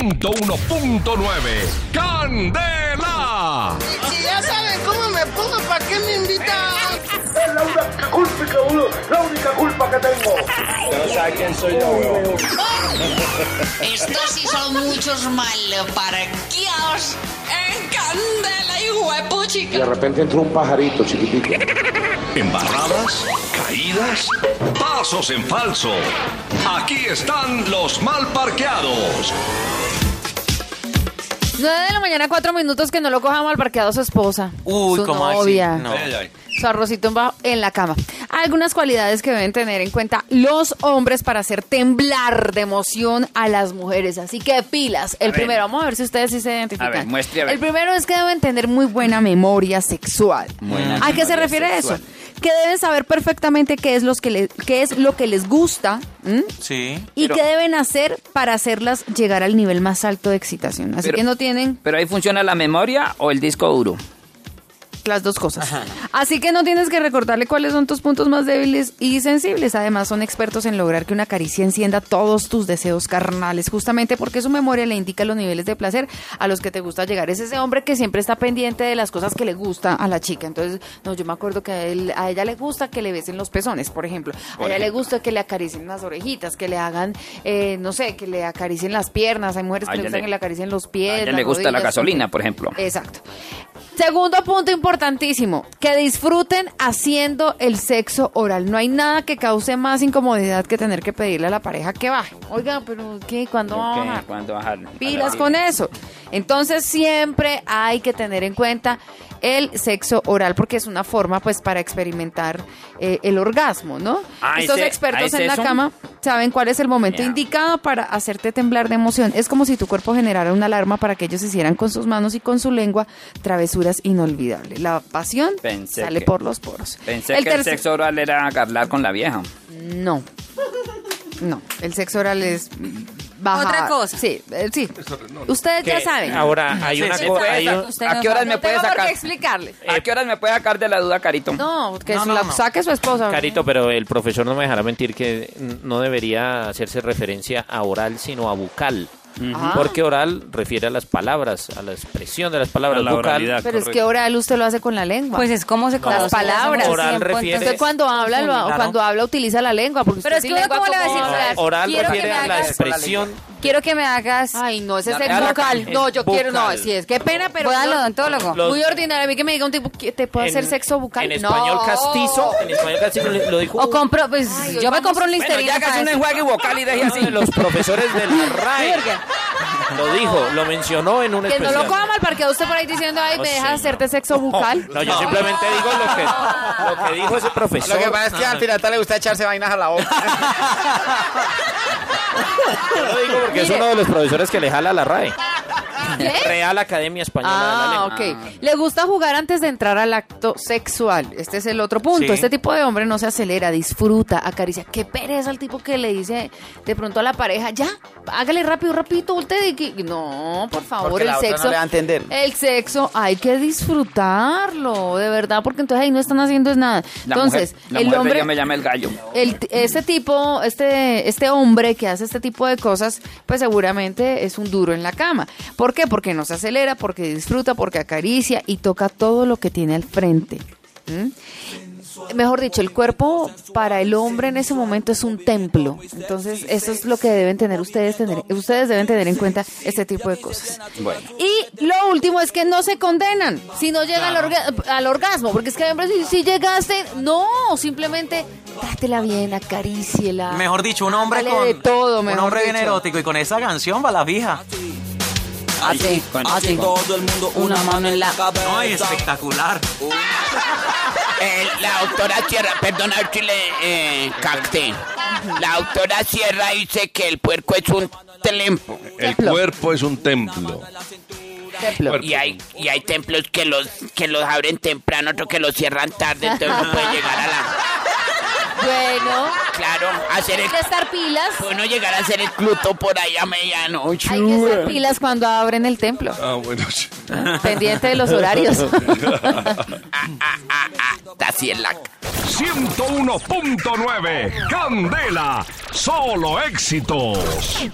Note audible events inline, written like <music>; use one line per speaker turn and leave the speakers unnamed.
101.9. ¡Candela!
Si ya saben cómo me pongo, ¿para qué me invitan?
Es la única culpa, cabrón. La única culpa que tengo.
No sé quién soy yo, weón.
Estos sí son muchos malparaquíos en candela y huepo,
Y de
chica.
repente entró un pajarito chiquitito.
Embarradas, caídas, pasos en falso. Aquí están los mal parqueados.
9 de la mañana, 4 minutos que no lo coja mal parqueado su esposa.
Uy,
su
¿cómo así?
novia,
No.
Ay, ay.
Su arrocito en, ba- en la cama. Algunas cualidades que deben tener en cuenta los hombres para hacer temblar de emoción a las mujeres. Así que pilas. El
ver.
primero, vamos a ver si ustedes sí se identifican.
A ver, muestre, a ver.
El primero es que deben tener muy buena memoria sexual.
Buena
¿A qué se
memoria
refiere
sexual.
eso? Que deben saber perfectamente qué es, los que le- qué es lo que les gusta ¿m?
Sí.
y
Pero-
qué deben hacer para hacerlas llegar al nivel más alto de excitación. Así
Pero-
que no tienen
Pero ahí funciona la memoria o el disco duro.
las dos cosas. Así que no tienes que recordarle cuáles son tus puntos más débiles y sensibles. Además, son expertos en lograr que una caricia encienda todos tus deseos carnales, justamente porque su memoria le indica los niveles de placer a los que te gusta llegar. Es ese hombre que siempre está pendiente de las cosas que le gusta a la chica. Entonces, no, yo me acuerdo que a, él- a ella le gusta que le besen los pezones, por ejemplo. A ella le gusta que le acaricien las orejitas, que le hagan, eh, no sé, que le acaricien las piernas. Hay mujeres
A
que le
ella
gustan
le-
que le acaricien los pies.
A ella
las
le gusta la
rodillas.
gasolina, por ejemplo.
Exacto. Segundo punto importantísimo, que disfruten haciendo el sexo oral. No hay nada que cause más incomodidad que tener que pedirle a la pareja que baje. Oiga, pero ¿qué? ¿Cuándo vamos a
Ok,
bajar?
¿Cuándo bajar?
Pilas con eso. Entonces siempre hay que tener en cuenta el sexo oral porque es una forma pues para experimentar eh, el orgasmo, ¿no?
Ah,
Estos
ese- ah,
expertos
¿es
en la
eso?
cama saben cuál es el momento
Ya.
indicado para hacerte temblar de emoción. Es como si tu cuerpo generara una alarma para que ellos hicieran con sus manos y con su lengua travesuras inolvidables. La pasión
Pensé
sale
que-
por los poros.
Pensé que el
tercer-
sexo oral era hablar con la vieja.
no. No, el sexo oral es bajar.
Otra cosa.
Sí, eh, sí. Ustedes ya
Que
saben.
Ah,
Ahora, hay una
sí,
cosa.
puede
hay
ser.
un-
Usted
¿A
no
qué horas
sabe.
me
no tengo
puede
por
sacar?
qué explicarle.
¿A qué horas me puede sacar de la duda, Carito?
No, que
No,
se
no,
la
no.
saque su esposa.
Carito, pero el profesor no me dejará mentir que no debería hacerse referencia a oral, sino a bucal.
Ah.
Porque oral refiere a las palabras, a la expresión de las palabras.
A la
bucal,
oralidad.
Pero es que oral usted lo hace con la lengua.
Pues es como se conoce.
palabras. Pues
Oral refiere-
usted cuando habla, lo-
Claro.
cuando habla utiliza la lengua. Porque
Pero
usted
es
sin
que uno
lengua,
cómo le va a
¿cómo
decir
habla?
oral?
oral
Quiero que
refiere
me
a la
hagas-
expresión.
Quiero que me hagas.
Ay, no, ese es
Ya,
el
ya,
vocal.
es
No, yo quiero, no,
vocal.
sí, es que pena, pero...
Voy al
yo-
odontólogo.
Los-
muy ordinario, a mí que me diga un tipo, ¿qué- ¿te puedo hacer
en-
sexo bucal?
En
No.
español castizo, en español castizo le- lo dijo
O compro, pues
Ay, hoy
yo me
vamos-
compro un
Bueno,
listerino.
ya hagas
para
un
eso.
enjuague vocal y deje
uno
así.
de los profesores
<laughs>
de la RAE. Lo dijo, lo mencionó en un
Que no
especial.
lo coma mal, porque usted por ahí diciendo, ay,
No,
me deja
señor.
hacerte sexo bucal.
No, yo simplemente digo lo que, lo que dijo ese profesor.
Lo que pasa es que al pirata le gusta echarse vainas a la
<laughs>
boca.
Lo digo porque es
Mire.
uno de los profesores que le jala la RAE.
¿Qué?
Real Academia Española de la
Ah,
Lengua.
ok. Le gusta jugar antes de entrar al acto sexual. Este es el otro punto.
Sí.
Este tipo de hombre no se acelera, disfruta, acaricia. Qué pereza el tipo que le dice de pronto a la pareja, ya, hágale rápido, rapidito, usted. No, por favor,
Porque
el
la otra no
sexo.
le va a entender.
El sexo hay que disfrutarlo, de verdad, porque entonces ahí no están haciendo es nada.
La
entonces,
mujer- la
el
mujer de
hombre
ella me llama el gallo.
el, este tipo, este, este hombre que hace este tipo de cosas, pues seguramente es un duro en la cama. ¿Por qué? Porque no se acelera, porque disfruta, porque acaricia y toca todo lo que tiene al frente. ¿Mm? Mejor dicho, el cuerpo para el hombre en ese momento es un templo. Entonces, eso es lo que deben tener ustedes, tener, ustedes deben tener en cuenta este tipo de cosas. Y lo último es que no se condenan si no llega al, orga- al orgasmo, porque es que hombre, si, si llegaste, no, simplemente trátela bien, acaríciela.
Mejor dicho, un hombre
Vale
con
de todo,
un
mejor
hombre bien
dicho.
erótico y con esa canción va la fija.
Así, así.
Todo el mundo una mano en la cabeza.
Ay, espectacular.
la autora Sierra, perdón, a ver si le eh, capté. La autora Sierra dice que el puerco es un telempo.
El cuerpo es un templo.
Templo.
Y hay, y hay templos que los, que los abren temprano, otros que los cierran tarde, entonces uno puede llegar a la...
Bueno,
Claro, hacer
hay
el...
que estar pilas.
Uno llegar a hacer el cluto por ahí a medianoche.
Hay que estar pilas cuando abren el templo,
Ah, bueno.
pendiente de los
<laughs>
horarios.
Ah, ah, ah, ah, está así en la...
101.9. Candela. Solo éxitos.